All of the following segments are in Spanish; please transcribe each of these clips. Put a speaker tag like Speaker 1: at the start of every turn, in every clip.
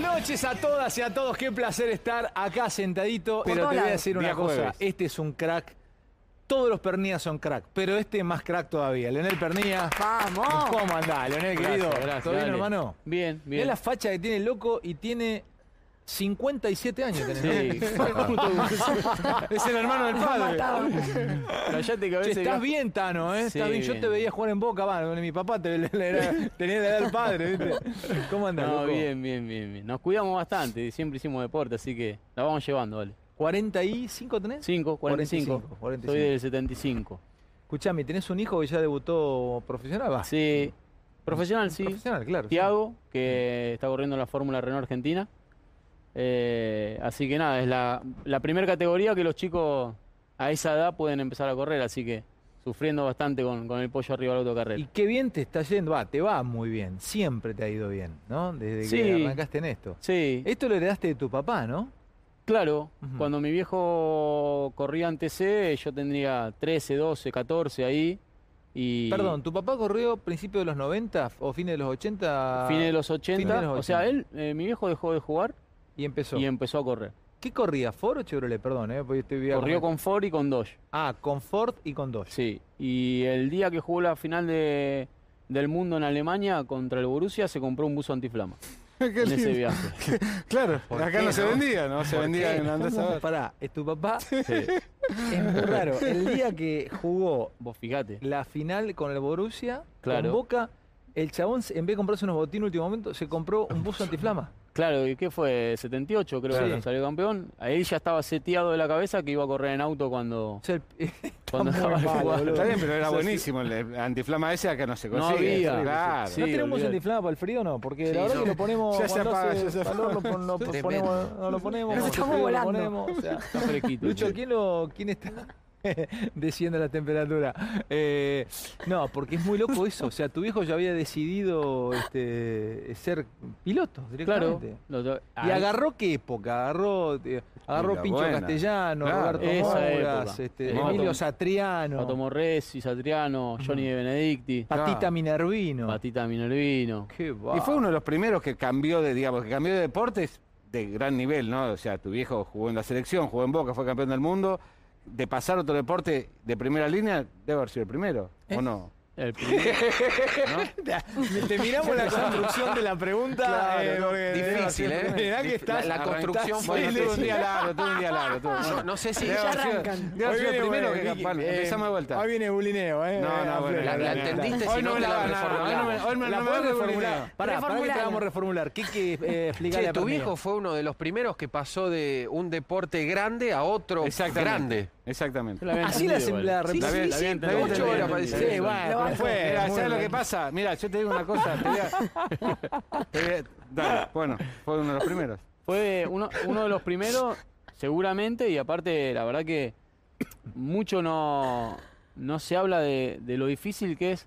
Speaker 1: noches a todas y a todos. Qué placer estar acá sentadito.
Speaker 2: Por
Speaker 1: Pero
Speaker 2: todos
Speaker 1: te voy a
Speaker 2: lados.
Speaker 1: decir una
Speaker 3: Día
Speaker 1: cosa.
Speaker 3: jueves.
Speaker 1: Este es un crack. Todos los pernías son crack, pero este es más crack todavía. Leonel Pernía.
Speaker 2: Vamos.
Speaker 1: ¿Cómo andás, Leonel, querido? ¿Todo bien,
Speaker 3: dale.
Speaker 1: hermano?
Speaker 3: Bien,
Speaker 1: Mirá
Speaker 3: bien.
Speaker 1: la facha que tiene el loco y tiene 57 años. tenés,
Speaker 3: Sí.
Speaker 1: ¿no? es el hermano del padre.
Speaker 3: Callate
Speaker 1: Che,
Speaker 3: cabeza. y
Speaker 1: estás
Speaker 3: vas-
Speaker 1: bien, Tano, ¿eh? Estás
Speaker 3: Sí,
Speaker 1: bien. Yo
Speaker 3: bien.
Speaker 1: te veía jugar en Boca, va, mi papá te, era- tenía la edad del padre, ¿viste? ¿Cómo andás,
Speaker 3: No,
Speaker 1: loco?
Speaker 3: bien, bien, bien, bien. Nos cuidamos bastante, y siempre hicimos deporte, así que la vamos llevando, vale.
Speaker 1: ¿45 tenés?
Speaker 3: 5, 45.
Speaker 1: 45,
Speaker 3: Soy del 75.
Speaker 1: Escuchame, ¿tenés un hijo que ya debutó profesional? Va.
Speaker 3: Sí. Profesional, sí.
Speaker 1: Profesional, claro. sí.
Speaker 3: Tiago, que está corriendo la Fórmula Renault Argentina. Eh, así que nada, es la, la primera categoría que los chicos a esa edad pueden empezar a correr, así que sufriendo bastante con, con el pollo arriba de la autocarrera.
Speaker 1: Y qué bien te está yendo. Va, te va muy bien. Siempre te ha ido bien, ¿no? Desde que
Speaker 3: Sí.
Speaker 1: arrancaste en esto.
Speaker 3: Sí,
Speaker 1: Esto lo heredaste de tu papá, ¿no?
Speaker 3: claro,
Speaker 1: Ujú.
Speaker 3: cuando mi viejo corría en TC, yo tendría 13, 12, 14 ahí. Y
Speaker 1: Perdón, ¿tu papá corrió principio de los 90 o fines de los 80?
Speaker 3: Fines de los 80,
Speaker 1: fines de los
Speaker 3: o sea,
Speaker 1: 80.
Speaker 3: él, eh, mi viejo dejó de jugar
Speaker 1: Y empezó.
Speaker 3: y em- empezó a correr.
Speaker 1: ¿Qué corría? ¿Ford o Chevrolet? Perdón, ¿eh? Porque estoy viendo-
Speaker 3: Corrió con Ford y con Dodge.
Speaker 1: Ah, con Ford y con Dodge.
Speaker 3: Sí, y el día que jugó la final de, del mundo en Alemania contra el Borussia se compró un buzo antiflama
Speaker 4: Qué
Speaker 3: en ese
Speaker 4: lindo.
Speaker 3: viaje.
Speaker 4: Claro,
Speaker 1: ¿Por
Speaker 4: acá
Speaker 1: qué,
Speaker 4: no se
Speaker 1: no?
Speaker 4: vendía, ¿no? Se
Speaker 1: ¿Por
Speaker 4: vendía
Speaker 1: qué?
Speaker 4: en Andrés
Speaker 1: ¿Cómo?
Speaker 4: Abad.
Speaker 1: Pará, es tu papá. Es muy raro. El día que jugó
Speaker 3: Vos fijate.
Speaker 1: la final con el Borussia,
Speaker 3: Claro.
Speaker 1: con Boca, el chabón, se- en vez de comprarse unos botines en último momento, se compró un buzo antiflama.
Speaker 3: Claro, ¿y qué fue? 78 creo
Speaker 1: Sí.
Speaker 3: que salió campeón. Ahí ya estaba seteado de la cabeza que iba a correr en auto cuando,
Speaker 1: O sea, el-
Speaker 3: cuando
Speaker 1: muy
Speaker 3: estaba el
Speaker 1: malo,
Speaker 3: jugador.
Speaker 1: boludo.
Speaker 4: Está bien, pero era
Speaker 1: Sí, sí.
Speaker 4: buenísimo. El antiflama ese acá no se
Speaker 3: No
Speaker 4: consigue.
Speaker 3: había.
Speaker 4: Claro.
Speaker 3: Sí,
Speaker 1: ¿No tenemos
Speaker 3: olvidate.
Speaker 1: antiflama para el frío no? Porque
Speaker 3: Sí,
Speaker 1: la verdad
Speaker 3: no.
Speaker 1: que lo ponemos.
Speaker 4: Ya se
Speaker 1: cuando
Speaker 4: apaga,
Speaker 1: hace
Speaker 4: ya se
Speaker 1: calor, lo pon- lo
Speaker 5: Tremendo.
Speaker 1: ponemos, no lo
Speaker 2: Nos
Speaker 1: ponemos. cuando hace
Speaker 2: estamos
Speaker 1: frío lo
Speaker 2: volando.
Speaker 1: ponemos, o sea.
Speaker 3: Está fresquito.
Speaker 1: Lucho, ¿quién, lo, quién está diciendo la temperatura? Eh, no, porque es muy loco eso. O sea, tu viejo ya había decidido este, ser piloto
Speaker 3: Claro.
Speaker 1: directamente.
Speaker 3: lo- lo-
Speaker 1: ¿Y
Speaker 3: ahí-
Speaker 1: agarró qué época? Agarró, eh, agarró
Speaker 4: la
Speaker 1: Pincho
Speaker 4: buena.
Speaker 1: Castellano,
Speaker 4: Claro.
Speaker 1: Roberto
Speaker 3: Esa
Speaker 1: Moras,
Speaker 3: época.
Speaker 1: este,
Speaker 3: Moto-
Speaker 1: Emilio Satriano,
Speaker 3: Pato Morresi, Satriano, Johnny de Benedicti,
Speaker 1: Patita
Speaker 4: Claro.
Speaker 1: Minervino.
Speaker 3: Patita Minervino.
Speaker 1: Qué
Speaker 4: Y
Speaker 1: va.
Speaker 4: fue uno de los primeros que cambió de, digamos, que cambió de deportes de gran nivel, ¿no? O sea, tu viejo jugó en la selección, jugó en Boca, fue campeón del mundo. De pasar a otro deporte de primera línea, debe haber sido el primero,
Speaker 3: ¿Eh?
Speaker 4: ¿o no?
Speaker 3: El primer-
Speaker 1: Te miramos la construcción de la pregunta.
Speaker 4: Claro,
Speaker 1: eh,
Speaker 4: no,
Speaker 1: porque-
Speaker 5: difícil, ¿eh?
Speaker 1: Mirá que
Speaker 5: Dif-
Speaker 1: estás-
Speaker 5: la- la construcción
Speaker 1: estás-
Speaker 5: fue
Speaker 4: Bueno,
Speaker 1: Sí,
Speaker 4: tuve un
Speaker 1: sí.
Speaker 4: día largo, tuve un día largo. tuve-
Speaker 5: Yo
Speaker 4: bueno.
Speaker 5: "Ah, no sé si
Speaker 4: Debe
Speaker 2: ya
Speaker 4: haber sido-
Speaker 2: arrancan.
Speaker 4: debe haber
Speaker 1: Hoy
Speaker 4: sido el
Speaker 1: viene
Speaker 4: primero
Speaker 1: bueno,
Speaker 4: que...
Speaker 1: Vicky,
Speaker 4: bueno,
Speaker 1: eh,
Speaker 4: empezamos de vuelta.
Speaker 1: Hoy viene bulineo, ¿eh?
Speaker 4: No, no,
Speaker 1: Ah,
Speaker 4: bueno,
Speaker 1: Flor,
Speaker 5: la- la entendiste,
Speaker 4: Hoy
Speaker 5: si
Speaker 4: no
Speaker 5: no
Speaker 4: me
Speaker 5: te
Speaker 4: la
Speaker 5: la
Speaker 4: van a- hoy no me-
Speaker 5: reformulamos.
Speaker 4: Hoy me
Speaker 1: La
Speaker 4: no me
Speaker 1: podés
Speaker 4: la
Speaker 1: reformular. Pará, pará que te
Speaker 2: Reformulala.
Speaker 1: vamos a reformular. ¿Qué que eh, explicarle
Speaker 5: Che,
Speaker 1: a
Speaker 5: tu
Speaker 1: Pernilla?
Speaker 5: viejo fue uno de los primeros que pasó de un deporte grande a otro grande.
Speaker 4: Exactamente.
Speaker 3: Yo la había
Speaker 1: Así la
Speaker 3: entendido,
Speaker 1: sembla-
Speaker 3: vale.
Speaker 1: Sí,
Speaker 4: sí, sí,
Speaker 3: había
Speaker 4: ocho
Speaker 3: entendido,
Speaker 5: horas
Speaker 3: la había
Speaker 5: parece.
Speaker 3: entendido.
Speaker 1: Sí, va,
Speaker 2: Lo
Speaker 1: va,
Speaker 2: banco.
Speaker 1: fue.
Speaker 4: Mira,
Speaker 1: muy
Speaker 4: ¿sabes lo
Speaker 1: bien.
Speaker 4: que pasa? Mira, yo te digo una cosa. te voy a- te voy a- dale, bueno, fue uno de los primeros.
Speaker 3: Fue uno, uno de los primeros, seguramente, y aparte, la verdad que mucho no, no se habla de, de lo difícil que es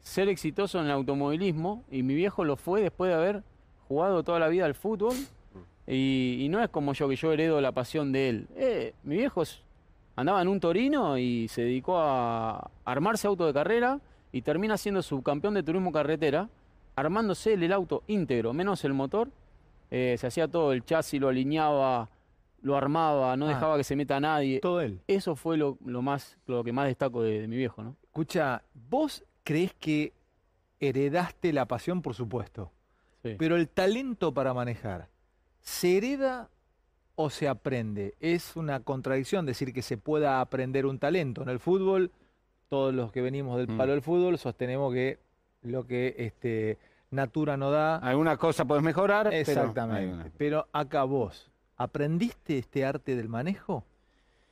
Speaker 3: ser exitoso en el automovilismo, y mi viejo lo fue después de haber jugado toda la vida al fútbol, y, y no es como yo que yo heredo la pasión de él. Eh, mi viejo es- andaba en un Torino y se dedicó a armarse auto de carrera y termina siendo subcampeón de turismo carretera, armándose él el auto íntegro, menos el motor, eh, se hacía todo el chasis, lo alineaba, lo armaba, no
Speaker 1: Ah.
Speaker 3: dejaba que se meta nadie.
Speaker 1: Todo él.
Speaker 3: Eso fue lo, lo más, lo que más destaco de, de mi viejo, ¿no?
Speaker 1: Escucha, vos crees que heredaste la pasión, por supuesto,
Speaker 3: Sí.
Speaker 1: pero el talento para manejar, ¿se hereda o se aprende? Es una contradicción decir que se pueda aprender un talento. En el fútbol, todos los que venimos del
Speaker 4: Mm.
Speaker 1: palo del fútbol sostenemos que lo que este, Natura no da,
Speaker 4: Alguna cosa podés mejorar. Ah, pero hay
Speaker 1: Exactamente.
Speaker 4: una.
Speaker 1: Pero, acá vos, ¿aprendiste este arte del manejo?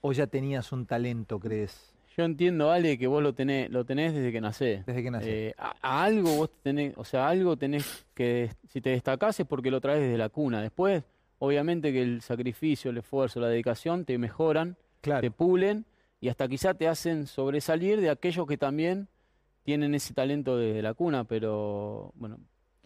Speaker 1: ¿O ya tenías un talento, crees?
Speaker 3: Yo entiendo, Ale, que vos lo tenés, lo tenés desde que nacés.
Speaker 1: Desde que naciste.
Speaker 3: Eh, a, a algo vos tenés, o sea, algo tenés que, si te destacás es porque lo traes desde la cuna. Después, obviamente que el sacrificio, el esfuerzo, la dedicación te mejoran,
Speaker 1: claro.
Speaker 3: te pulen y hasta quizá te hacen sobresalir de aquellos que también tienen ese talento desde la cuna, pero bueno,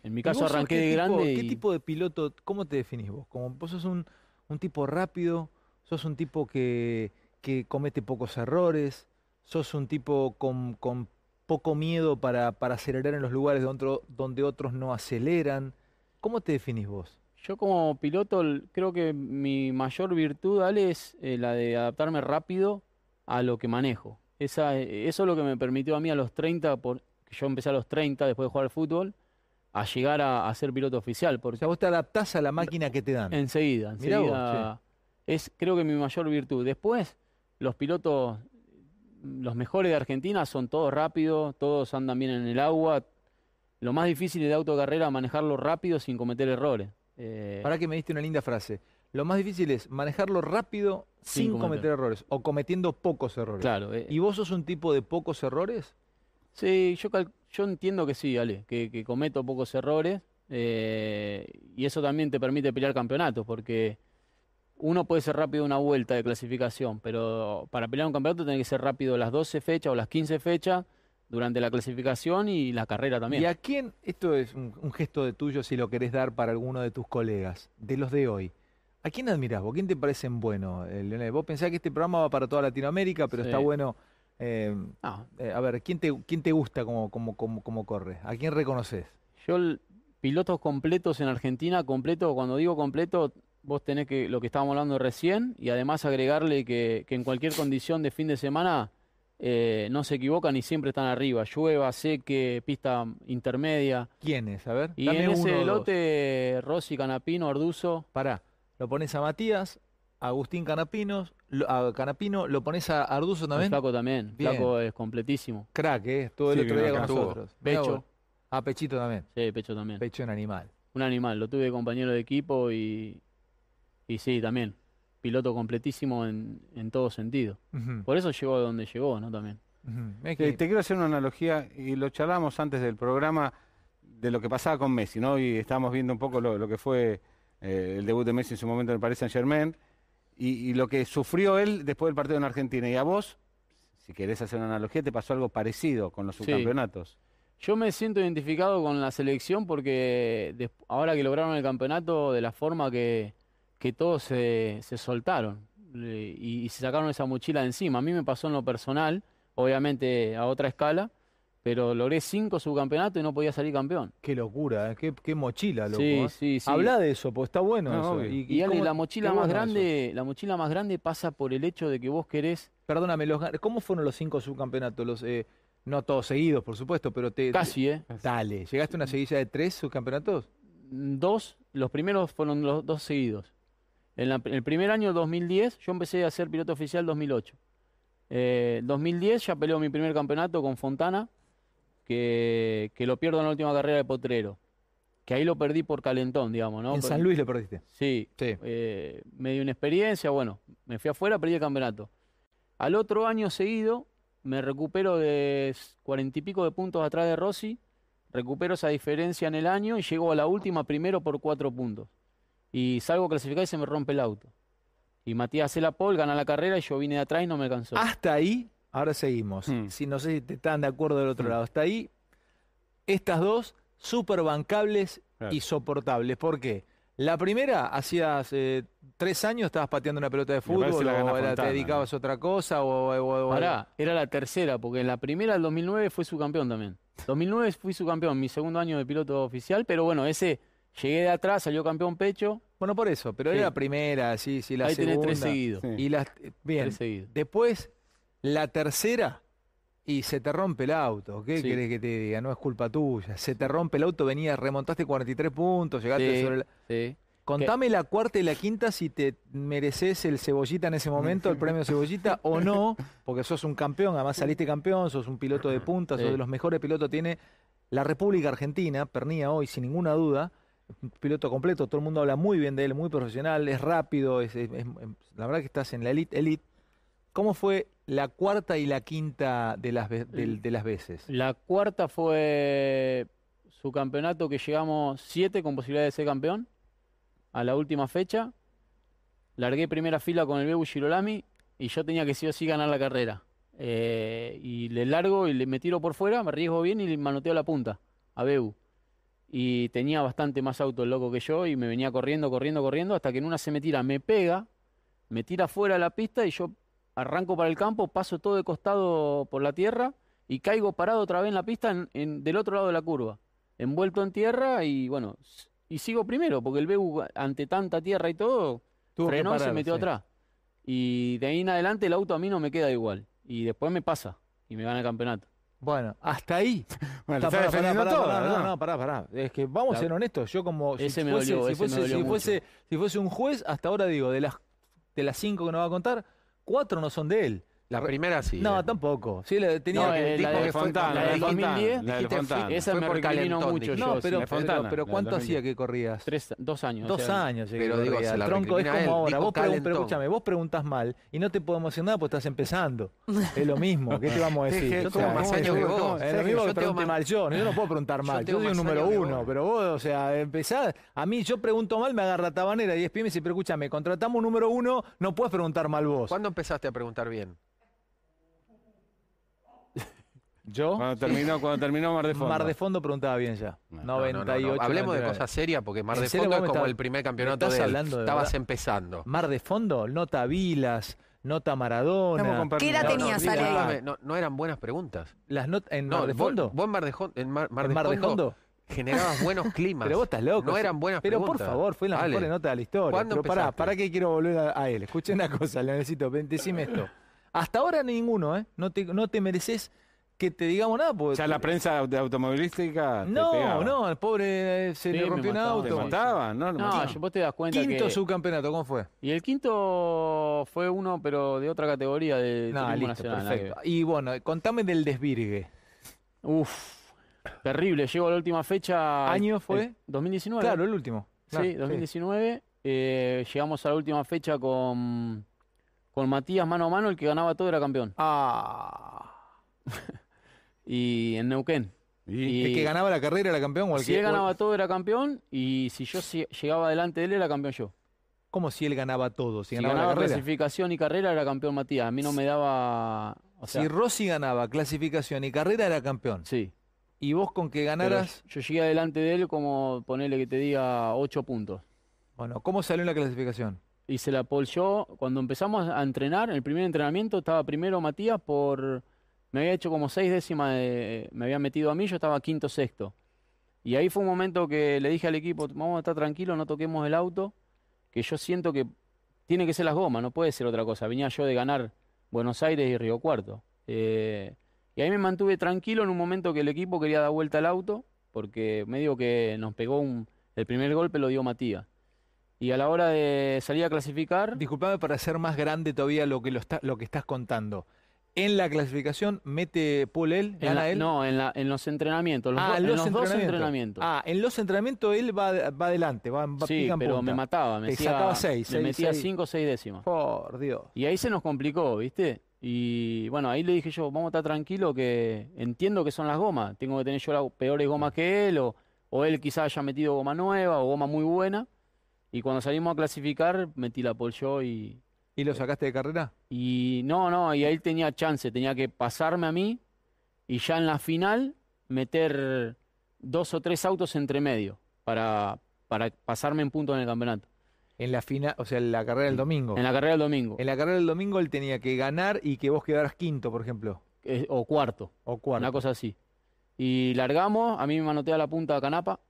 Speaker 3: en mi
Speaker 1: ¿Y vos
Speaker 3: caso
Speaker 1: sos
Speaker 3: arranqué
Speaker 1: qué
Speaker 3: de
Speaker 1: tipo-
Speaker 3: grande
Speaker 1: ¿Qué
Speaker 3: y
Speaker 1: tipo de piloto, cómo te definís vos? Como, ¿Vos sos un, un tipo rápido? ¿Sos un tipo que, que comete pocos errores? ¿Sos un tipo con, con poco miedo para, para acelerar en los lugares donde, otro- donde otros no aceleran? ¿Cómo te definís vos?
Speaker 3: Yo como piloto l- creo que mi mayor virtud, Ale, es eh, la de adaptarme rápido a lo que manejo. Esa, eh, eso es lo que me permitió a mí a los 30, por, que yo empecé a los 30 después de jugar al fútbol, a llegar a, a ser piloto oficial,
Speaker 1: O
Speaker 3: porque
Speaker 1: sea, vos te adaptás a la máquina que te dan.
Speaker 3: enseguida,
Speaker 1: Mirá vos,
Speaker 3: enseguida es creo que mi mayor virtud. Después, los pilotos, los mejores de Argentina son todos rápidos, todos andan bien en el agua. Lo más difícil de autocarrera es manejarlo rápido sin cometer errores. Eh,
Speaker 1: Para que me diste una linda frase. Lo más difícil es manejarlo rápido
Speaker 3: Sin
Speaker 1: sin, cometer.
Speaker 3: cometer.
Speaker 1: errores o cometiendo pocos errores.
Speaker 3: Claro, eh,
Speaker 1: ¿Y vos sos un tipo de pocos errores?
Speaker 3: sí, yo, cal- yo entiendo que sí, Ale, que, que cometo pocos errores eh, y eso también te permite pelear campeonatos porque uno puede ser rápido una vuelta de clasificación, pero para pelear un campeonato tiene que ser rápido las 12 fechas o las 15 fechas durante la clasificación y la carrera
Speaker 1: ¿Y
Speaker 3: también.
Speaker 1: a quién? Esto es un, un gesto de tuyo si lo querés dar para alguno de tus colegas, de los de hoy. ¿A quién admirás vos? ¿Quién te parecen bueno, eh, Leonel? Vos pensás que este programa va para toda Latinoamérica, pero está
Speaker 3: Sí.
Speaker 1: bueno. eh,
Speaker 3: Ah,
Speaker 1: eh, a ver, ¿quién te, quién te gusta como, como, como, como corre? ¿A quién reconoces?
Speaker 3: Yo, el- pilotos completos en Argentina, completo, cuando digo completo, vos tenés que, lo que estábamos hablando recién, y además agregarle que, que en cualquier condición de fin de semana eh, no se equivocan y siempre están arriba, llueva, seque, pista intermedia.
Speaker 1: ¿Quién es? A ver.
Speaker 3: Y
Speaker 1: dame
Speaker 3: en
Speaker 1: uno o
Speaker 3: ese
Speaker 1: dos.
Speaker 3: lote, Rossi, Canapino, Arduzo,
Speaker 1: Pará, lo pones a Matías, a Agustín Canapinos, lo- a Canapino, lo pones a Arduzo
Speaker 3: el
Speaker 1: también.
Speaker 3: Flaco también,
Speaker 1: Bien.
Speaker 3: Flaco es completísimo.
Speaker 1: Crack, ¿eh? Estuvo el
Speaker 4: Sí,
Speaker 1: otro
Speaker 4: vino
Speaker 1: día con
Speaker 4: acá.
Speaker 1: nosotros. Mirá
Speaker 3: Pecho.
Speaker 1: vos. Ah, Pechito también.
Speaker 3: Sí, Pecho también.
Speaker 1: Pecho en animal.
Speaker 3: Un animal, lo tuve de compañero de equipo y, y sí, también. Piloto completísimo en, en todo sentido.
Speaker 1: Ujú,
Speaker 3: Por eso llegó a donde llegó, ¿no? También.
Speaker 1: ujú. Mirá
Speaker 4: Eh,
Speaker 1: que-
Speaker 4: te quiero hacer una analogía y lo charlamos antes del programa de lo que pasaba con Messi, ¿no? Y estábamos viendo un poco lo, lo que fue eh, el debut de Messi en su momento en el Paris Saint Germain y, y lo que sufrió él después del partido en Argentina. Y a vos, si querés hacer una analogía, te pasó algo parecido con los
Speaker 3: Sí.
Speaker 4: subcampeonatos.
Speaker 3: Yo me siento identificado con la selección porque des- ahora que lograron el campeonato, de la forma que, que todos se, se soltaron eh, y, y se sacaron esa mochila de encima. A mí me pasó en lo personal, obviamente a otra escala, pero logré cinco subcampeonatos y no podía salir campeón.
Speaker 1: Qué locura, ¿eh? qué, qué mochila, loco.
Speaker 3: Sí,
Speaker 1: ¿eh?
Speaker 3: sí, sí.
Speaker 1: Habla de eso, pues está bueno
Speaker 4: No,
Speaker 1: eso.
Speaker 4: obvio.
Speaker 3: Y Ale,
Speaker 1: cómo-
Speaker 3: la mochila
Speaker 1: qué
Speaker 3: más
Speaker 1: bueno eso.
Speaker 3: grande, la mochila más grande pasa por el hecho de que vos querés
Speaker 1: Perdóname, los, gan- ¿cómo fueron los cinco subcampeonatos? Los, eh, no todos seguidos, por supuesto, pero te.
Speaker 3: casi, ¿eh?
Speaker 1: Dale, ¿llegaste a una seguilla de tres subcampeonatos?
Speaker 3: dos, los primeros fueron los dos seguidos. En la- el primer año, 2010, yo empecé a ser piloto oficial 2008. Eh, 2010 ya peleó mi primer campeonato con Fontana, que, que lo pierdo en la última carrera de Potrero. Que ahí lo perdí por calentón, digamos, ¿no?
Speaker 1: en
Speaker 3: Pero-
Speaker 1: San Luis lo perdiste.
Speaker 3: Sí,
Speaker 1: Sí.
Speaker 3: eh, me dio una experiencia, bueno, me fui afuera, perdí el campeonato. Al otro año seguido, me recupero de s- cuarenta y pico de puntos atrás de Rossi, recupero esa diferencia en el año y llego a la última primero por cuatro puntos. Y salgo clasificado y se me rompe el auto. Y Matías Elapol gana la carrera y yo vine de atrás y no me alcanzó.
Speaker 1: Hasta ahí, ahora seguimos.
Speaker 3: Hmm.
Speaker 4: Mm.
Speaker 1: Si no sé si te están de acuerdo del otro
Speaker 4: Mm.
Speaker 1: lado. Hasta ahí, estas dos súper bancables
Speaker 4: Claro.
Speaker 1: y soportables. ¿Por qué? La primera, hacías eh, tres años, estabas pateando una pelota de
Speaker 4: parece
Speaker 1: fútbol,
Speaker 4: la gana
Speaker 1: o era- te
Speaker 4: Fontana,
Speaker 1: dedicabas a otra cosa, o, o- o-
Speaker 3: Pará, era la tercera, porque en la primera, el 2009, fue su campeón también. 2009 fui su campeón, mi segundo año de piloto oficial, pero bueno, ese llegué de atrás, salió campeón pecho,
Speaker 1: Bueno, por eso, pero
Speaker 3: Sí.
Speaker 1: era la primera, sí, sí, la
Speaker 3: ahí tenés
Speaker 1: segunda.
Speaker 3: tres seguidos.
Speaker 4: Sí.
Speaker 1: Y las, bien,
Speaker 3: Tres seguidos.
Speaker 1: después la tercera y se te rompe el auto. ¿Qué
Speaker 3: Sí.
Speaker 1: querés que te diga? No es culpa tuya. Se te rompe el auto, venías, remontaste 43 puntos, llegaste
Speaker 3: Sí.
Speaker 1: sobre la...
Speaker 3: Sí.
Speaker 1: Contame la cuarta y la quinta si te mereces el cebollita en ese momento, el premio cebollita o no, porque sos un campeón, además saliste campeón, sos un piloto de punta,
Speaker 3: Sí.
Speaker 1: sos de los mejores pilotos tiene la República Argentina, Pernía hoy sin ninguna duda, un piloto completo, todo el mundo habla muy bien de él, muy profesional, es rápido, es, es- es- la verdad que estás en la elite, elite. ¿Cómo fue la cuarta y la quinta de las ve- del- de, las veces?
Speaker 3: La cuarta fue su campeonato que llegamos siete con posibilidad de ser campeón a la última fecha. Largué primera fila con el Bebu Girolami y yo tenía que sí o sí ganar la carrera. Eh, y le largo y le, me tiro por fuera, me arriesgo bien y le manoteo la punta a Bebu. Y tenía bastante más auto el loco que yo y me venía corriendo, corriendo, corriendo hasta que en una se me tira, me pega, me tira fuera de la pista y yo arranco para el campo, paso todo de costado por la tierra y caigo parado otra vez en la pista en- en- del otro lado de la curva, envuelto en tierra y bueno, s- y sigo primero, porque el Beu, ante tanta tierra y todo,
Speaker 1: Tuvo que
Speaker 3: frenó y se
Speaker 1: parar,
Speaker 3: metió
Speaker 1: sí.
Speaker 3: atrás. Y de ahí en adelante el auto a mí no me queda igual. Y después me pasa y me gana el campeonato.
Speaker 1: Bueno, hasta ahí.
Speaker 4: Bueno,
Speaker 1: Está,
Speaker 4: está
Speaker 1: pará, pará,
Speaker 4: defendiendo
Speaker 1: pará,
Speaker 4: todo,
Speaker 1: pará,
Speaker 4: ¿verdad?
Speaker 1: no, no, pará, pará. Es que vamos a
Speaker 3: La-
Speaker 1: ser honestos. Yo como si
Speaker 3: Ese me
Speaker 1: fuese,
Speaker 3: dolió,
Speaker 1: si
Speaker 3: ese
Speaker 1: fuese-
Speaker 3: me dolió
Speaker 1: si
Speaker 3: mucho.
Speaker 1: fuese- si fuese un juez, hasta ahora digo, de las de las cinco que nos va a contar, cuatro no son de él.
Speaker 5: La primera sí.
Speaker 1: No,
Speaker 5: eh.
Speaker 1: tampoco. Sí, la- tenía
Speaker 3: No,
Speaker 1: que-
Speaker 3: eh, la
Speaker 5: dijo
Speaker 4: La
Speaker 3: de-
Speaker 4: de
Speaker 5: que fue
Speaker 4: Fontana,
Speaker 3: la
Speaker 4: la de
Speaker 3: del
Speaker 4: Fontana,
Speaker 3: 2010,
Speaker 4: la de
Speaker 5: dijiste,
Speaker 1: Ah,
Speaker 4: Fontana.
Speaker 5: fui-
Speaker 3: Esa
Speaker 5: fue
Speaker 3: me
Speaker 5: por
Speaker 3: recriminó
Speaker 5: calentón,
Speaker 3: mucho
Speaker 5: dijiste.
Speaker 3: yo.
Speaker 1: no,
Speaker 3: sí.
Speaker 1: pero,
Speaker 4: la de
Speaker 1: pero-
Speaker 4: Fontana,
Speaker 1: pero
Speaker 4: la de
Speaker 1: ¿cuánto
Speaker 4: 2010.
Speaker 1: hacía que corrías?
Speaker 3: Tres, dos años. o
Speaker 1: Dos
Speaker 3: sea,
Speaker 1: años. llegué
Speaker 5: pero
Speaker 1: que
Speaker 5: digo,
Speaker 1: corría.
Speaker 5: se la
Speaker 1: El tronco es
Speaker 5: recrimina
Speaker 1: como
Speaker 5: él,
Speaker 1: ahora.
Speaker 5: dijo
Speaker 1: Vos pregun- pero
Speaker 5: calentón.
Speaker 1: escúchame, vos preguntás mal y no te puedo emocionar porque estás empezando. Es lo mismo. ¿Qué te vamos a
Speaker 4: Sí,
Speaker 1: decir?
Speaker 4: sí,
Speaker 1: Yo
Speaker 4: como
Speaker 1: tengo
Speaker 4: más
Speaker 1: más años que vos. Es lo mismo
Speaker 5: Yo
Speaker 1: que
Speaker 5: tengo
Speaker 1: pregunte
Speaker 5: más-
Speaker 1: mal yo. Yo no puedo preguntar mal. Yo
Speaker 5: tengo
Speaker 1: soy un
Speaker 5: más
Speaker 1: número
Speaker 5: años que
Speaker 1: uno.
Speaker 5: vos.
Speaker 1: Pero vos, o sea, empezás. A mí yo pregunto mal, me agarra tabanera y es me dice, pero escúchame, contratamos un número uno, no puedes preguntar mal vos.
Speaker 5: ¿Cuándo empezaste a preguntar bien?
Speaker 1: Yo,
Speaker 4: Cuando terminó, cuando terminó Mar de Fondo.
Speaker 1: Mar de Fondo preguntaba bien ya.
Speaker 4: No,
Speaker 5: No, no,
Speaker 1: 98.
Speaker 5: no, no. Hablemos de
Speaker 1: 99.
Speaker 5: cosas serias porque Mar
Speaker 1: ¿En
Speaker 5: de
Speaker 1: serio
Speaker 5: Fondo es
Speaker 1: vos me
Speaker 5: como
Speaker 1: estás-
Speaker 5: el primer campeonato
Speaker 1: estás
Speaker 5: de él.
Speaker 1: hablando de
Speaker 5: Estabas
Speaker 1: verdad?
Speaker 5: empezando.
Speaker 1: Mar de Fondo, nota Vilas, nota
Speaker 4: Estamos con
Speaker 1: Maradona.
Speaker 4: Pernilla.
Speaker 2: ¿Qué edad
Speaker 5: No, no,
Speaker 2: tenías,
Speaker 5: digo,
Speaker 2: Ale?
Speaker 5: discúlpame, no, no eran buenas preguntas.
Speaker 1: Las notas en
Speaker 5: No,
Speaker 1: Mar de
Speaker 5: vos-
Speaker 1: Fondo.
Speaker 5: Vos en Mar de, Jon- en Mar- Mar
Speaker 1: ¿En
Speaker 5: de
Speaker 1: Mar de
Speaker 5: Fondo
Speaker 1: Fondo.
Speaker 5: generabas buenos climas.
Speaker 1: Pero vos estás loco.
Speaker 5: No
Speaker 1: sí.
Speaker 5: eran buenas
Speaker 1: Pero por
Speaker 5: preguntas.
Speaker 1: favor, fue la
Speaker 5: Ale,
Speaker 1: mejor nota de la historia.
Speaker 5: ¿Cuándo
Speaker 1: Pero pará,
Speaker 5: empezaste?
Speaker 1: pará que quiero volver a, a él. Escuché una cosa, le necesito, ven, decime esto. Hasta ahora ninguno, ¿eh? No te, no te mereces que te digamos nada. Porque
Speaker 4: Ya la prensa de automovilística. te
Speaker 1: No,
Speaker 4: pegaba.
Speaker 1: no, el pobre eh, se
Speaker 3: Sí,
Speaker 1: le
Speaker 3: me
Speaker 1: rompió un
Speaker 3: mataba.
Speaker 4: Te
Speaker 3: Sí,
Speaker 1: auto.
Speaker 3: mataba.
Speaker 4: mataban, ¿no? Lo
Speaker 3: No,
Speaker 4: mataban.
Speaker 3: yo- vos te das cuenta
Speaker 1: Quinto
Speaker 3: que...
Speaker 1: subcampeonato, ¿cómo fue?
Speaker 3: Y el quinto fue uno, pero de otra categoría de
Speaker 1: Nada,
Speaker 3: turismo
Speaker 1: listo,
Speaker 3: nacional, nada que
Speaker 1: perfecto. Y bueno, contame del desvirgue.
Speaker 3: ver. Uf, terrible. Llego a la última fecha.
Speaker 1: ¿Año
Speaker 3: el-
Speaker 1: fue?
Speaker 3: el 2019.
Speaker 1: Claro, el último. Claro,
Speaker 3: Sí, 2019. eh, llegamos a la última fecha con, con Matías mano a mano, el que ganaba todo era campeón.
Speaker 1: Ah.
Speaker 3: Y en Neuquén.
Speaker 4: Y-
Speaker 1: ¿El que ganaba la carrera era campeón o el
Speaker 3: Si
Speaker 1: que-
Speaker 3: él
Speaker 1: o-
Speaker 3: ganaba todo era campeón y si yo si- llegaba delante de él era campeón yo.
Speaker 1: ¿Cómo si él ganaba todo? Si
Speaker 3: Si
Speaker 1: ganaba,
Speaker 3: ganaba
Speaker 1: la carrera.
Speaker 3: clasificación y carrera era campeón Matías. A mí no me daba... O sea,
Speaker 1: si Rossi ganaba clasificación y carrera era campeón.
Speaker 3: sí.
Speaker 1: Y vos con que
Speaker 3: pero
Speaker 1: ganaras.
Speaker 3: yo llegué adelante de él como ponerle que te diga 8 puntos.
Speaker 1: Bueno, ¿cómo salió en la clasificación?
Speaker 3: Hice la pole yo. Cuando empezamos a entrenar, el primer entrenamiento estaba primero Matías por... Me había hecho como seis décimas de... Me había metido a mí, yo estaba quinto, sexto. Y ahí fue un momento que le dije al equipo, vamos a estar tranquilos, no toquemos el auto, que yo siento que tiene que ser las gomas, no puede ser otra cosa. Venía yo de ganar Buenos Aires y Río Cuarto. Eh, y ahí me mantuve tranquilo en un momento que el equipo quería dar vuelta al auto, porque medio que nos pegó un... El primer golpe lo dio Matías. Y a la hora de salir a clasificar...
Speaker 1: Disculpame para ser más grande todavía lo que, lo está- lo que estás contando. En la clasificación mete Paul él,
Speaker 3: En
Speaker 1: gana
Speaker 3: la-
Speaker 1: él.
Speaker 3: No, en, la- en los entrenamientos. los
Speaker 1: Ah,
Speaker 3: do- en
Speaker 1: los
Speaker 3: los dos
Speaker 1: entrenamientos.
Speaker 3: entrenamientos.
Speaker 1: Ah, en los entrenamientos él va, va adelante, va, va
Speaker 3: sí,
Speaker 1: pica en
Speaker 3: pero
Speaker 1: punta.
Speaker 3: me mataba. Me
Speaker 1: Te
Speaker 3: hacía-
Speaker 1: sacaba seis,
Speaker 3: me
Speaker 1: seis,
Speaker 3: metía
Speaker 1: seis.
Speaker 3: cinco o seis décimas.
Speaker 1: Por Dios.
Speaker 3: Y ahí se nos complicó, ¿viste? Y bueno, ahí le dije yo, vamos a estar tranquilo que entiendo que son las gomas. Tengo que tener yo las peores gomas que él, o, o él quizás haya metido goma nueva o goma muy buena. Y cuando salimos a clasificar, metí la pole yo y,
Speaker 1: ¿Y lo sacaste de carrera?
Speaker 3: y no, no, y ahí tenía chance, tenía que pasarme a mí y ya en la final meter dos o tres autos entre medio para, para pasarme en punto en el campeonato.
Speaker 1: En la final, o sea, en la carrera del domingo.
Speaker 3: En la carrera del domingo,
Speaker 1: En la carrera del domingo él tenía que ganar y que vos quedaras quinto, por ejemplo,
Speaker 3: eh, o cuarto,
Speaker 1: o cuarto.
Speaker 3: una cosa así. Y largamos, a mí me manotea la punta de Canapa,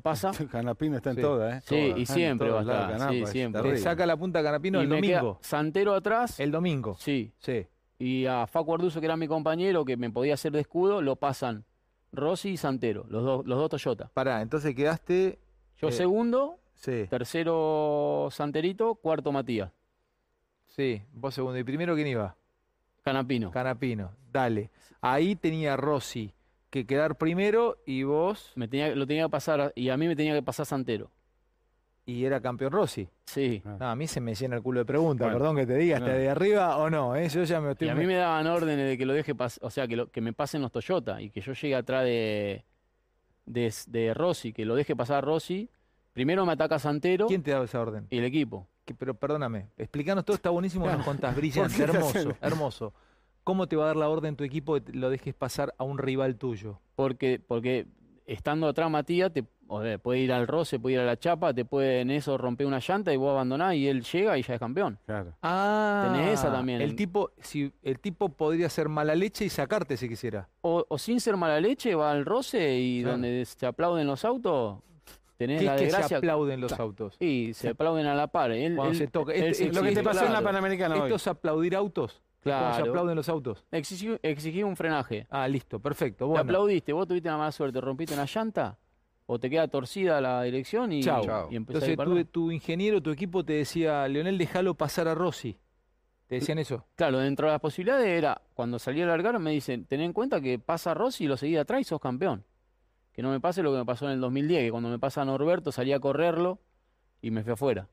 Speaker 3: pasa,
Speaker 4: Canapino está en
Speaker 1: Sí.
Speaker 4: todas, ¿eh?
Speaker 3: Sí,
Speaker 4: Todas,
Speaker 3: y
Speaker 4: está en
Speaker 3: siempre
Speaker 4: todos
Speaker 3: va a
Speaker 4: lados,
Speaker 3: estar,
Speaker 4: Canapa,
Speaker 3: sí,
Speaker 4: es
Speaker 3: siempre.
Speaker 1: Te
Speaker 4: terrible.
Speaker 1: saca la punta Canapino
Speaker 3: y
Speaker 1: el
Speaker 3: me queda
Speaker 1: domingo.
Speaker 3: Santero atrás,
Speaker 1: El domingo.
Speaker 3: sí,
Speaker 1: Sí.
Speaker 3: y a Facu Arduzo, que era mi compañero, que me podía hacer de escudo, lo pasan Rossi y Santero, los dos, los dos Toyota.
Speaker 1: Pará, entonces quedaste.
Speaker 3: Yo
Speaker 1: Eh,
Speaker 3: segundo,
Speaker 1: Sí.
Speaker 3: Tercero Santerito, cuarto Matías.
Speaker 1: Sí, vos segundo. ¿Y primero quién iba?
Speaker 3: Canapino.
Speaker 1: Canapino. Dale. Ahí tenía Rossi que quedar primero y vos.
Speaker 3: me tenía, lo tenía que pasar a- y a mí me tenía que pasar Santero.
Speaker 1: Y era campeón Rossi.
Speaker 3: Sí.
Speaker 4: Ah.
Speaker 1: No, a mí se me llena el culo de preguntas,
Speaker 4: Bueno.
Speaker 1: perdón que te diga, hasta
Speaker 4: No.
Speaker 1: de arriba o no, ¿eh? Yo ya me estoy.
Speaker 3: Y a mí me daban órdenes de que lo deje pas- o sea, que, lo- que me pasen los Toyota y que yo llegue atrás de, de, de Rossi, que lo deje pasar a Rossi. Primero me ataca Santero
Speaker 1: ¿Quién te daba esa orden?
Speaker 3: y el equipo.
Speaker 1: Que- pero perdóname, explicanos todo, está buenísimo, nos contás, brillante,
Speaker 4: ¿Por qué te
Speaker 1: hermoso,
Speaker 4: hacen-
Speaker 1: hermoso. ¿Cómo te va a dar la orden tu equipo que te- lo dejes pasar a un rival tuyo?
Speaker 3: Porque, porque estando atrás Matías, te, o sea, puede ir al roce, puede ir a la chapa, te puede en eso romper una llanta y vos abandonás y él llega y ya es campeón.
Speaker 4: Claro.
Speaker 1: Ah,
Speaker 3: Tenés esa también.
Speaker 1: El tipo, si, el tipo podría ser mala leche y sacarte si quisiera.
Speaker 3: O, o sin ser mala leche, va al roce y
Speaker 4: Claro.
Speaker 3: donde se aplauden los autos, tenés
Speaker 1: ¿Qué
Speaker 3: la
Speaker 1: es que se
Speaker 3: desgracia.
Speaker 1: aplauden los autos?
Speaker 3: y se aplauden a la par. Él-
Speaker 1: Cuando
Speaker 3: él-
Speaker 1: se toca.
Speaker 3: él
Speaker 1: Este-
Speaker 3: se
Speaker 1: es
Speaker 4: Lo que
Speaker 1: Sí,
Speaker 4: te pasó en la
Speaker 1: claro.
Speaker 4: Panamericana
Speaker 1: ¿Esto
Speaker 4: hoy.
Speaker 1: es aplaudir autos? ¿Cómo se
Speaker 3: Claro.
Speaker 1: aplauden los autos?
Speaker 3: Exigió- exigí un frenaje.
Speaker 1: Ah, listo, perfecto.
Speaker 3: Te
Speaker 1: Bueno,
Speaker 3: aplaudiste, vos tuviste una mala suerte, rompiste una llanta o te queda torcida la dirección y,
Speaker 1: Chau.
Speaker 5: Chau.
Speaker 3: y empezás a
Speaker 1: entonces
Speaker 3: ir para
Speaker 1: tu,
Speaker 3: atrás.
Speaker 1: tu ingeniero, tu equipo te decía, Leonel, déjalo pasar a Rossi. ¿Te decían eso?
Speaker 3: Claro, dentro de las posibilidades era, cuando salí a largar me dicen, ten en cuenta que pasa Rossi y lo seguí de atrás y sos campeón. Que no me pase lo que me pasó en el 2010, que cuando me pasa Norberto salí a correrlo y me fui afuera.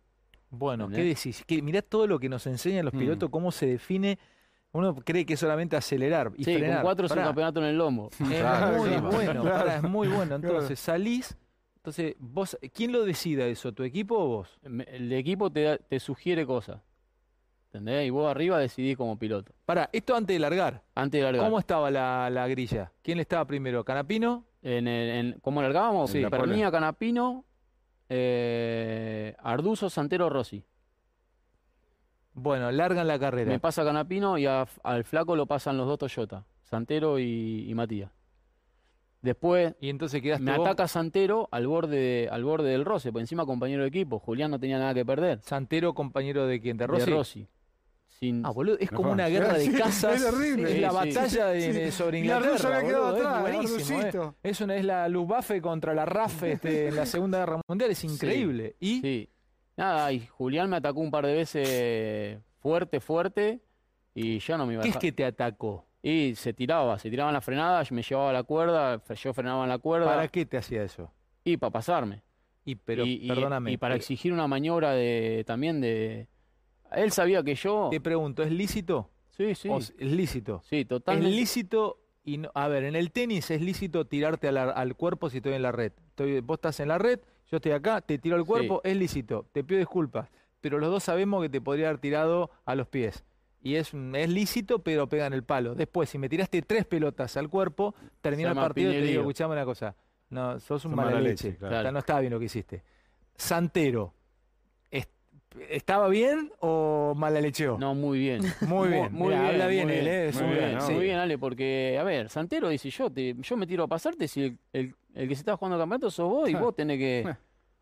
Speaker 1: Bueno, ¿qué
Speaker 3: ¿Entendés?
Speaker 1: decís? Que mirá todo lo que nos enseñan los
Speaker 4: Mm.
Speaker 1: pilotos, cómo se define. Uno cree que es solamente acelerar y
Speaker 3: sí,
Speaker 1: frenar.
Speaker 3: con cuatro es un
Speaker 1: Pará.
Speaker 3: campeonato en el lomo.
Speaker 1: Es
Speaker 4: Claro,
Speaker 1: muy
Speaker 4: claro.
Speaker 1: bueno,
Speaker 4: Claro.
Speaker 1: pará, es muy bueno. Entonces salís, entonces vos, ¿quién lo decida eso? ¿Tu equipo o vos?
Speaker 3: Me- El equipo te, da- te sugiere cosas. ¿Entendés? Y vos arriba decidís como piloto.
Speaker 1: Pará, esto antes de largar.
Speaker 3: Antes de largar.
Speaker 1: ¿Cómo estaba la, la grilla? ¿Quién le estaba primero? ¿Canapino?
Speaker 3: En el- en- ¿Cómo largábamos?
Speaker 4: En la pole.
Speaker 3: Pernía, Canapino, eh, Arduzo, Santero, Rossi.
Speaker 1: Bueno, largan la
Speaker 3: Me
Speaker 1: carrera.
Speaker 3: pasa Canapino y a- al flaco lo pasan los dos Toyota, Santero y, y Matías. Después
Speaker 1: Y entonces quedaste
Speaker 3: me
Speaker 1: vos,
Speaker 3: ataca Santero al borde, al borde del roce, por encima compañero de equipo. Julián no tenía nada que perder.
Speaker 1: Santero, compañero de quién? ¿De Rossi?
Speaker 3: De Rossi. Sin,
Speaker 1: Ah, boludo, es como
Speaker 4: Ajá.
Speaker 1: una guerra de
Speaker 2: Sí,
Speaker 1: casas.
Speaker 2: es horrible.
Speaker 1: Es
Speaker 3: Sí,
Speaker 1: la
Speaker 3: sí.
Speaker 1: batalla de- de- sobre
Speaker 2: Y la
Speaker 1: Inglaterra.
Speaker 2: rusa había quedado
Speaker 1: boludo, es
Speaker 2: atrás,
Speaker 1: buenísimo, eh.
Speaker 2: Arducito.
Speaker 1: Es una es la Luftwaffe contra la RAF este, en la Segunda Guerra Mundial, es increíble. Y
Speaker 3: Sí. Nada, y Julián me atacó un par de veces fuerte, fuerte, y ya no me iba a
Speaker 1: ¿qué es
Speaker 3: dejar.
Speaker 1: que te atacó?
Speaker 3: Y se tiraba, se tiraban las frenadas, me llevaba la cuerda, fre- yo frenaba en la cuerda
Speaker 1: ¿Para qué te hacía eso?
Speaker 3: y para pasarme.
Speaker 1: Y pero
Speaker 3: y, y-
Speaker 1: perdóname.
Speaker 3: y para
Speaker 1: eh,
Speaker 3: exigir una maniobra de también de... Él sabía que yo...
Speaker 1: te pregunto, ¿es lícito?
Speaker 3: Sí, sí.
Speaker 1: O s- es lícito.
Speaker 3: Sí,
Speaker 1: Es
Speaker 3: totalmente.
Speaker 1: lícito y no- a ver, en el tenis es lícito tirarte a la- al cuerpo si estoy en la red. Estoy, vos estás en la red, yo estoy acá, te tiro al cuerpo, es lícito. Te pido disculpas, pero los dos sabemos que te podría haber tirado a los pies. Y es, un- es lícito, pero pegan el palo. Después, si me tiraste tres pelotas al cuerpo, termina el
Speaker 3: llama
Speaker 1: partido y te digo,
Speaker 3: piñerío.
Speaker 1: escuchame una cosa. No, sos un
Speaker 4: Son mala
Speaker 1: mala
Speaker 4: leche,
Speaker 1: leche.
Speaker 4: claro.
Speaker 1: O sea, no estaba bien lo que hiciste. Santero, est- ¿estaba bien o mala lecheó?
Speaker 3: No, muy bien.
Speaker 1: Muy bien,
Speaker 3: muy
Speaker 1: Mirá,
Speaker 3: bien,
Speaker 1: habla
Speaker 3: muy
Speaker 1: bien,
Speaker 3: bien.
Speaker 1: él, ¿eh? Es
Speaker 4: Muy
Speaker 1: un-
Speaker 4: bien, ¿no?
Speaker 1: sí.
Speaker 3: Muy bien, Ale, porque, a ver, Santero dice yo, te- yo me tiro a pasarte si el, el- el que se está jugando el campeonato sos vos y
Speaker 4: Ah.
Speaker 3: vos tenés que...
Speaker 4: Ah.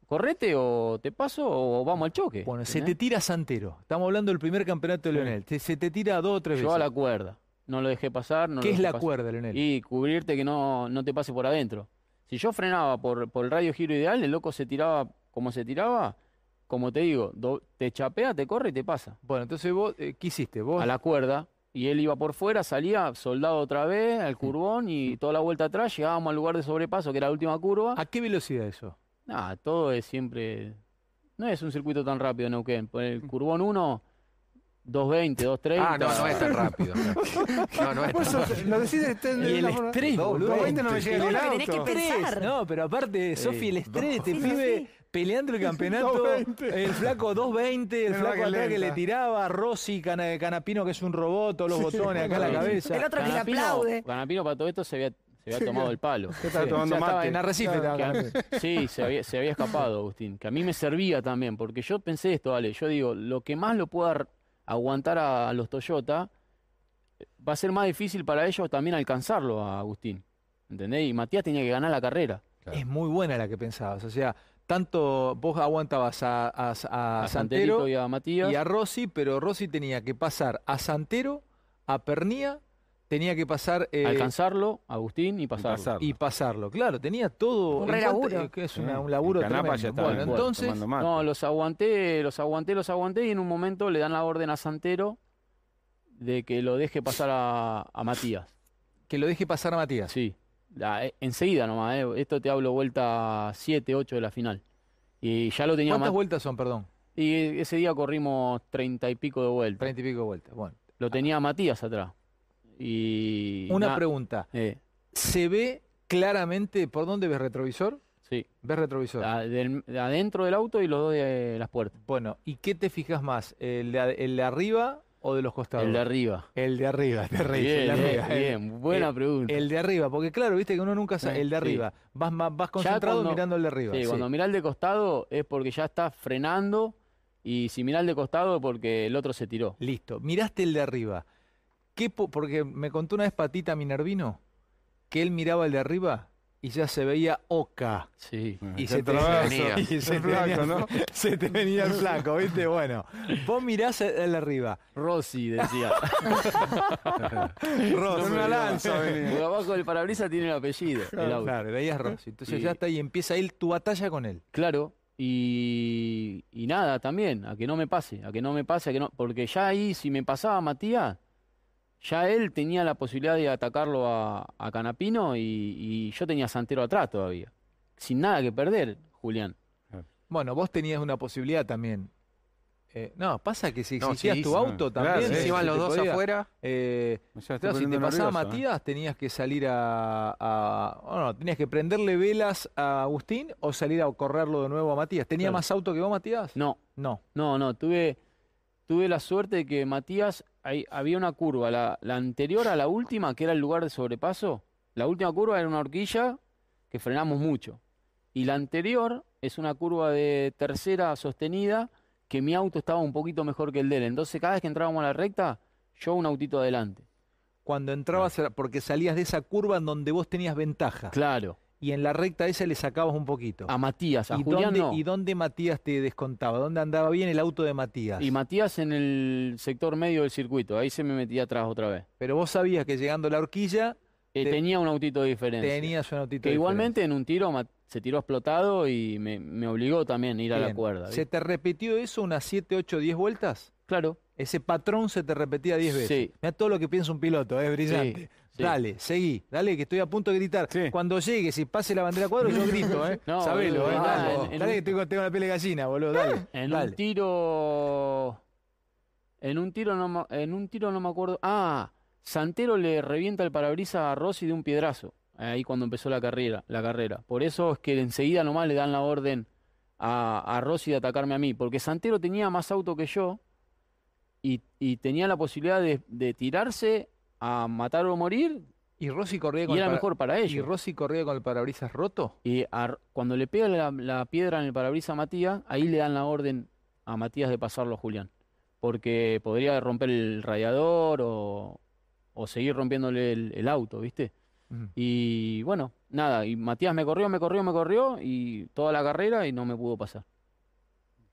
Speaker 3: Correte o te paso o vamos al choque.
Speaker 1: Bueno, se te
Speaker 3: ¿entendés?
Speaker 1: tira Santero. Estamos hablando del primer campeonato de Leonel. Te- se te tira dos o tres
Speaker 3: Yo
Speaker 1: veces.
Speaker 3: a la cuerda. No lo dejé pasar. No
Speaker 1: ¿Qué
Speaker 3: lo
Speaker 1: es
Speaker 3: dejé
Speaker 1: la
Speaker 3: pasar.
Speaker 1: cuerda, Leonel?
Speaker 3: Y cubrirte que no, no te pase por adentro. Si yo frenaba por, por el radio giro ideal, el loco se tiraba como se tiraba, como te digo, do- te chapea, te corre y te pasa.
Speaker 1: Bueno, entonces vos, eh, ¿qué hiciste? Vos,
Speaker 3: A la cuerda. Y él iba por fuera, salía soldado otra vez, al curbón y toda la vuelta atrás, llegábamos al lugar de sobrepaso, que era la última curva.
Speaker 5: Ah.
Speaker 1: ¿A qué velocidad eso?
Speaker 3: Nada, todo es siempre. No es un circuito tan rápido, Neuquén. Por el curbón 1, 220, 230.
Speaker 5: Ah, no, no es tan rápido. No, no es
Speaker 2: Vos
Speaker 5: tan rápido.
Speaker 2: sos- lo decís de- de
Speaker 1: Y el
Speaker 2: una forma-
Speaker 1: estrés,
Speaker 2: Dos-
Speaker 1: boludo.
Speaker 2: dos veinte no me llega
Speaker 6: No,
Speaker 2: ni el
Speaker 6: lo que tenés que
Speaker 2: auto.
Speaker 6: pensar.
Speaker 1: No, pero aparte, Sofi, el estrés, este
Speaker 6: Sí, sí,
Speaker 1: pibe
Speaker 6: sí.
Speaker 1: peleando el campeonato,
Speaker 2: 2.20.
Speaker 1: el flaco 2.20, el
Speaker 2: Verdad
Speaker 1: flaco
Speaker 2: que
Speaker 1: atrás que le
Speaker 2: lenta.
Speaker 1: tiraba, Rossi, Cana- Canapino, que es un robot, todos los botones acá en la
Speaker 3: Sí.
Speaker 1: cabeza.
Speaker 6: El otro que le
Speaker 3: Canapino-
Speaker 6: aplaude.
Speaker 3: Canapino para todo esto se había, se había tomado el palo.
Speaker 4: ¿Qué tal
Speaker 1: Sí,
Speaker 4: tomando
Speaker 1: ya estaba
Speaker 4: mate?
Speaker 1: en Arrecife.
Speaker 2: Claro.
Speaker 1: estaba
Speaker 3: Que a-
Speaker 1: Canapino.
Speaker 3: sí, se había, se había escapado, Agustín. Que a mí me servía también, porque yo pensé esto, Ale. Yo digo, lo que más lo pueda r- aguantar a, a los Toyota, eh, va a ser más difícil para ellos también alcanzarlo a Agustín. ¿Entendés? Y Matías tenía que ganar la carrera.
Speaker 1: Es muy buena la que pensabas. O sea, tanto vos aguantabas a, a- a Santero
Speaker 3: A, Santerito y a Matías.
Speaker 1: y a Rossi, pero Rossi tenía que pasar a Santero, a Pernía, tenía que pasar eh,
Speaker 3: alcanzarlo, a Agustín y pasarlo.
Speaker 4: pasarlo.
Speaker 1: y pasarlo. Claro, tenía todo.
Speaker 6: Un
Speaker 1: en
Speaker 6: re
Speaker 1: cuenta-
Speaker 6: laburo.
Speaker 1: eh, que es
Speaker 4: Sí,
Speaker 1: una- un laburo
Speaker 4: el Canapa
Speaker 1: tremendo.
Speaker 4: ya estaba
Speaker 1: Bueno,
Speaker 4: en el cuarto,
Speaker 1: entonces,
Speaker 4: tomando mate.
Speaker 3: No, los aguanté, los aguanté, los aguanté y en un momento le dan la orden a Santero de que lo deje pasar a, a Matías.
Speaker 1: que lo deje pasar a Matías.
Speaker 3: Sí, La- eh, enseguida nomás, eh, esto te hablo vuelta 7, 8 de la final. Y ya lo tenía
Speaker 1: ¿Cuántas
Speaker 3: Mat-
Speaker 1: vueltas son, perdón?
Speaker 3: Y ese día corrimos 30 y pico de vuelta.
Speaker 1: Treinta y pico vueltas. Bueno,
Speaker 3: Lo tenía Matías atrás. Y
Speaker 1: Ah. una
Speaker 3: na-
Speaker 1: pregunta.
Speaker 3: eh,
Speaker 1: ¿Se ve claramente por dónde ves retrovisor?
Speaker 3: sí,
Speaker 1: ¿Ves retrovisor?
Speaker 3: a- del- de adentro del auto y los dos de las puertas.
Speaker 1: Bueno, ¿y qué te fijas más? ¿El de, el de arriba o de los costados?
Speaker 3: El de arriba.
Speaker 1: El de arriba, te reís,
Speaker 3: Bien,
Speaker 1: el de
Speaker 3: bien,
Speaker 1: arriba. el-
Speaker 3: bien, buena
Speaker 1: eh,
Speaker 3: pregunta.
Speaker 1: El de arriba, porque claro, viste que uno nunca sabe.
Speaker 3: Eh,
Speaker 1: El de
Speaker 3: sí.
Speaker 1: arriba. Vas, más- vas concentrado
Speaker 3: cuando-
Speaker 1: mirando el de arriba.
Speaker 3: Sí,
Speaker 1: sí.
Speaker 3: cuando mirá el de costado es porque ya está frenando y si mirá el de costado es porque el otro se tiró.
Speaker 1: Listo. Miraste el de arriba. ¿Qué po- porque me contó una vez Patita Minervino que él miraba el de arriba y ya se veía Oca.
Speaker 3: Sí.
Speaker 1: Y
Speaker 4: Ya
Speaker 1: se, te,
Speaker 4: te lo veo.
Speaker 5: venía.
Speaker 1: y se
Speaker 4: El
Speaker 1: te venía-
Speaker 4: flaco, ¿no?
Speaker 1: se te venía el flaco, ¿viste? Bueno, vos mirás el de arriba.
Speaker 3: Rossi decía.
Speaker 1: Rossi.
Speaker 4: Con una lanza venía.
Speaker 3: Por abajo del parabrisas tiene el apellido. el auto.
Speaker 1: Claro, veías Rossi. Entonces
Speaker 3: Y-
Speaker 1: ya está ahí, empieza él tu batalla con él.
Speaker 3: Claro, y, y nada, también, a que no me pase, a que no me pase, a que no, porque ya ahí, si me pasaba Matías, ya él tenía la posibilidad de atacarlo a, a Canapino y, y yo tenía a Santero atrás todavía, sin nada que perder, Julián.
Speaker 1: Bueno, vos tenías una posibilidad también. Eh, no, pasa que si
Speaker 5: No,
Speaker 1: existías
Speaker 5: sí,
Speaker 1: tu
Speaker 5: sí,
Speaker 1: auto
Speaker 4: claro,
Speaker 1: también.
Speaker 4: sí,
Speaker 1: eh,
Speaker 4: sí,
Speaker 5: Encima
Speaker 1: se
Speaker 5: los
Speaker 1: te
Speaker 5: dos
Speaker 1: podía-
Speaker 5: afuera.
Speaker 1: eh,
Speaker 4: Me ya estoy
Speaker 1: Claro, si te
Speaker 4: poniendo
Speaker 1: pasaba
Speaker 4: nervioso, ¿eh?
Speaker 1: Matías, tenías que salir a. a- o no, tenías que prenderle velas a Agustín o salir a correrlo de nuevo a Matías. ¿Tenía
Speaker 3: Claro.
Speaker 1: más auto que vos, Matías?
Speaker 3: No,
Speaker 1: No.
Speaker 3: no, no, tuve, tuve la suerte de que Matías, ahí había una curva, la, la anterior a la última, que era el lugar de sobrepaso, la última curva era una horquilla que frenamos mucho. Y la anterior es una curva de tercera sostenida que mi auto estaba un poquito mejor que el de él. Entonces cada vez que entrábamos a la recta, yo un autito adelante.
Speaker 1: Cuando entrabas, era porque salías de esa curva en donde vos tenías ventaja.
Speaker 3: Claro,
Speaker 1: Y en la recta esa le sacabas un poquito.
Speaker 3: a Matías, a
Speaker 1: ¿Y,
Speaker 3: Julián
Speaker 1: dónde,
Speaker 3: no.
Speaker 1: ¿Y dónde Matías te descontaba? ¿Dónde andaba bien el auto de Matías?
Speaker 3: Y Matías en el sector medio del circuito, ahí se me metía atrás otra vez.
Speaker 1: Pero vos sabías que llegando a la horquilla
Speaker 3: Eh,
Speaker 1: Te-
Speaker 3: tenía un autito de diferencia.
Speaker 1: tenías un autito
Speaker 3: Que
Speaker 1: de
Speaker 3: igualmente en un tiro ma- se tiró explotado y me, me obligó también a ir
Speaker 1: diferencia.
Speaker 3: a la
Speaker 1: Bien.
Speaker 3: cuerda.
Speaker 1: ¿Se
Speaker 3: ¿viste?
Speaker 1: te repitió eso unas 7, 8, 10 vueltas?
Speaker 3: Claro.
Speaker 1: Ese patrón se te repetía 10 veces.
Speaker 3: Sí.
Speaker 1: Mira todo lo que piensa un piloto, es brillante.
Speaker 3: Sí, sí.
Speaker 1: Dale, seguí, dale, que estoy a punto de gritar.
Speaker 4: Sí.
Speaker 1: Cuando llegues y pase la bandera cuadro, yo grito, ¿eh?
Speaker 3: No,
Speaker 1: Sabelo,
Speaker 3: boludo,
Speaker 1: ¿eh?
Speaker 3: no,
Speaker 1: Dale,
Speaker 3: en- en
Speaker 1: dale
Speaker 3: un- Ah.
Speaker 1: que tengo, tengo la piel de gallina, boludo, dale.
Speaker 3: En
Speaker 1: dale.
Speaker 3: un tiro. En un tiro no me, en un tiro no me acuerdo. Ah, Santero le revienta el parabrisas a Rossi de un piedrazo. Ahí cuando empezó la carrera, la carrera. Por eso es que enseguida nomás le dan la orden a, a Rossi de atacarme a mí. Porque Santero tenía más auto que yo y, y tenía la posibilidad de, de tirarse a matar o morir.
Speaker 1: Y Rossi corría con el
Speaker 3: Y era
Speaker 1: para-
Speaker 3: mejor para
Speaker 1: ¿Y
Speaker 3: ellos.
Speaker 1: Rossi corría con el parabrisas roto?
Speaker 3: Y a- cuando le pega la, la piedra en el parabrisas a Matías, ahí le dan la orden a Matías de pasarlo a Julián. Porque podría romper el radiador o, o seguir rompiéndole el, el auto, ¿viste? Y bueno, nada, y Matías me corrió, me corrió, me corrió, y toda la carrera y no me pudo pasar.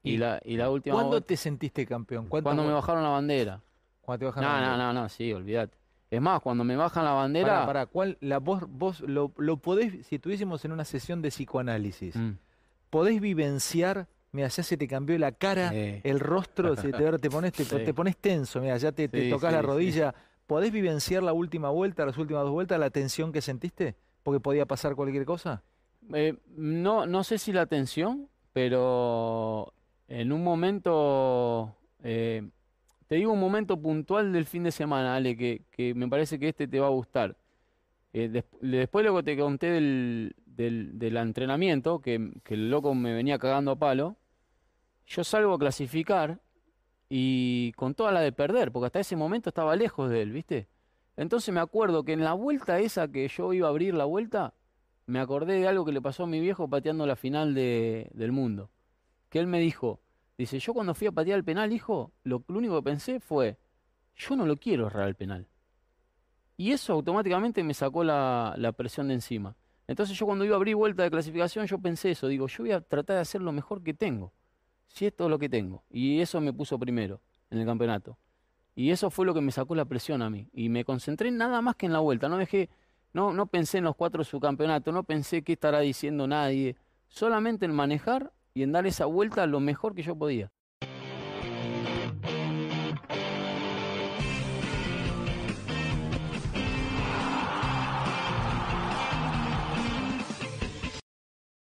Speaker 3: Y,
Speaker 1: ¿Y
Speaker 3: la, y la última
Speaker 1: ¿Cuándo
Speaker 3: vuelta,
Speaker 1: te sentiste campeón? ¿Cuánto-
Speaker 3: cuando me bajaron la bandera.
Speaker 1: cuando te
Speaker 3: No,
Speaker 1: bajan la
Speaker 3: no,
Speaker 1: bandera?
Speaker 3: no, no, sí, olvídate. Es más, cuando me bajan la bandera...
Speaker 1: Pará, pará, ¿cuál, la, vos, vos lo, lo podés, si estuviésemos en una sesión de psicoanálisis,
Speaker 3: Mm.
Speaker 1: podés vivenciar, mira, ya se te cambió la cara,
Speaker 3: Eh,
Speaker 1: el rostro, se te, ahora te pones, te,
Speaker 3: Sí.
Speaker 1: te pones tenso, mira, ya te, te
Speaker 3: Sí,
Speaker 1: tocas
Speaker 3: sí,
Speaker 1: la
Speaker 3: sí.
Speaker 1: rodilla. ¿Podés vivenciar la última vuelta, las últimas dos vueltas, la tensión que sentiste? Porque podía pasar cualquier cosa.
Speaker 3: Eh, no, no sé si la tensión, pero en un momento, eh, te digo un momento puntual del fin de semana, Ale, que, que me parece que este te va a gustar. Eh, des- le- después lo que te conté del, del, del entrenamiento, que, que el loco me venía cagando a palo, yo salgo a clasificar y con toda la de perder, porque hasta ese momento estaba lejos de él, ¿viste? Entonces me acuerdo que en la vuelta esa que yo iba a abrir la vuelta, me acordé de algo que le pasó a mi viejo pateando la final de- del mundo. Que él me dijo, dice, yo cuando fui a patear el penal, hijo, lo, lo único que pensé fue, yo no lo quiero errar el penal. Y eso automáticamente me sacó la, la presión de encima. Entonces yo cuando iba a abrir vuelta de clasificación, yo pensé eso, digo, yo voy a tratar de hacer lo mejor que tengo, si es todo lo que tengo. Y eso me puso primero en el campeonato. Y eso fue lo que me sacó la presión a mí. Y me concentré nada más que en la vuelta, no dejé... No, no pensé en los cuatro subcampeonatos, no pensé qué estará diciendo nadie. Solamente en manejar y en dar esa vuelta lo mejor que yo podía.